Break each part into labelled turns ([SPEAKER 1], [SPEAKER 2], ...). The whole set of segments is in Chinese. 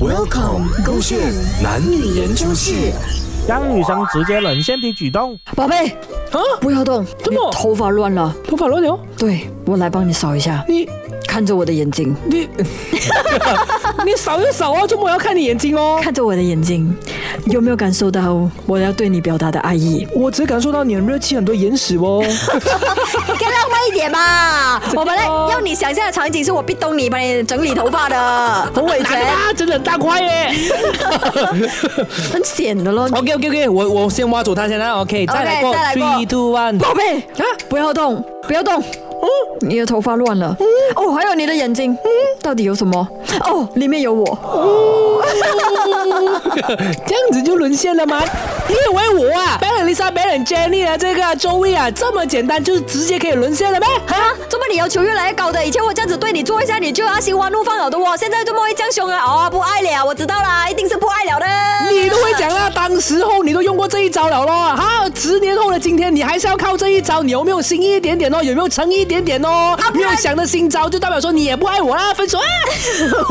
[SPEAKER 1] Welcome，勾线男女研究室。
[SPEAKER 2] 让女生直接沦陷的举动。
[SPEAKER 3] 宝贝，
[SPEAKER 1] 啊，
[SPEAKER 3] 不要动，
[SPEAKER 1] 怎么
[SPEAKER 3] 你头发乱了？
[SPEAKER 1] 头发乱了？
[SPEAKER 3] 对，我来帮你扫一下。
[SPEAKER 1] 你
[SPEAKER 3] 看着我的眼睛，
[SPEAKER 1] 你 你扫就扫啊，周末要看你眼睛哦。
[SPEAKER 3] 看着我的眼睛，有没有感受到我要对你表达的爱意？
[SPEAKER 1] 我只感受到你很热气，很多眼屎 哦。
[SPEAKER 4] 给浪漫一点嘛！我本来要你想象的场景是我壁咚你，帮你整理头发的，很委
[SPEAKER 1] 男的
[SPEAKER 4] 屈，
[SPEAKER 1] 啊，真的很大块耶。
[SPEAKER 4] 很显的咯。
[SPEAKER 1] OK OK OK，我我先挖走他先啦。OK，再来过
[SPEAKER 4] OK，再来过
[SPEAKER 1] three two one。
[SPEAKER 3] 宝贝啊，不要动，不要动。
[SPEAKER 1] 哦
[SPEAKER 3] 你的头发乱了。哦，还有你的眼睛，到底有什么？哦，里面有我。
[SPEAKER 1] 这样子就沦陷了吗？你以为我啊，Ben and Lisa、Ben and Jenny 啊，这个啊 Joey 啊，这么简单就直接可以沦陷 了呗？
[SPEAKER 4] 啊！怎么你要求越来越高的？以前我这样子对你做一下，你就要心花怒放了的哦。现在怎么会这样凶啊？哦，不爱了，我知道啦，一定是不爱了的。
[SPEAKER 1] 你都会讲啦，当时候你都用过这一招了咯，哈，十年后的今天你还是要靠这一招，你有没有新意一点点哦？有没有诚意一点点哦？没有想的新招，就代表说你也不爱我啦，分手啊！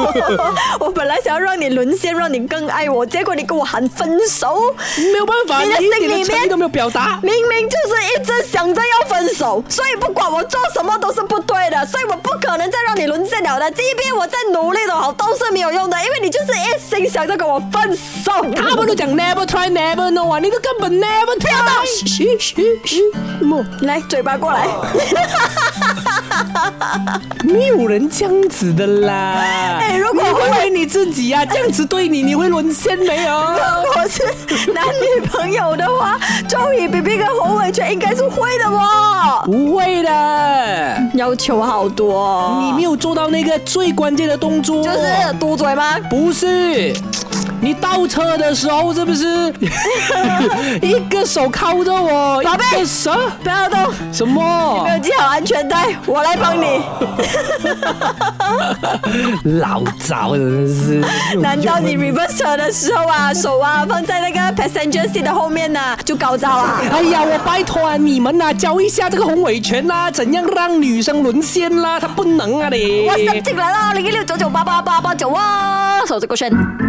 [SPEAKER 4] 我本来想要让你沦陷，让你更爱我，结果你跟我喊分手，
[SPEAKER 1] 没有办法，
[SPEAKER 4] 你的
[SPEAKER 1] 你一
[SPEAKER 4] 心
[SPEAKER 1] 点
[SPEAKER 4] 里
[SPEAKER 1] 的诚意
[SPEAKER 4] 面
[SPEAKER 1] 都没有表达。
[SPEAKER 4] 明明就是一直想着要分手，所以不管我做什么都是不对的，所以我不可能再让你沦陷了的。即便我再努力的好，都是没有用的，因为你就是一心想着跟我分手。
[SPEAKER 1] 他们都讲 never try never know 啊，你都根本 never try。嘘嘘嘘，莫
[SPEAKER 4] 来，嘴巴过来，
[SPEAKER 1] 哦没有人这样子的啦。
[SPEAKER 4] 哎如果
[SPEAKER 1] 你
[SPEAKER 4] 我
[SPEAKER 1] 问问你自己啊，这样子对你，你会沦陷没 有？
[SPEAKER 4] 我是男女朋友的话，周以比比跟侯伟全应该是会的哦。
[SPEAKER 1] 不会的，
[SPEAKER 4] 要求好多，
[SPEAKER 1] 你没有做到那个最关键的动作。
[SPEAKER 4] 就是嘟嘴吗？
[SPEAKER 1] 不是，你倒车的时候是不是一个手铐着我，
[SPEAKER 4] 宝贝
[SPEAKER 1] 一个手
[SPEAKER 4] 不要动，
[SPEAKER 1] 什么
[SPEAKER 4] 没有系好安全带，我来帮你。。
[SPEAKER 1] 老早真是
[SPEAKER 4] 难道你 reverse 车的时候啊，手啊放在那个 passenger seat 的后面呐、就高招 啊？
[SPEAKER 1] 哎呀，我拜托啊，你们呐、教一下这个红尾拳啦、啊怎样让女生沦陷啦、她不能啊你。
[SPEAKER 4] 我 h 进来啦，零一六九九八八八八九啊，手机勾选。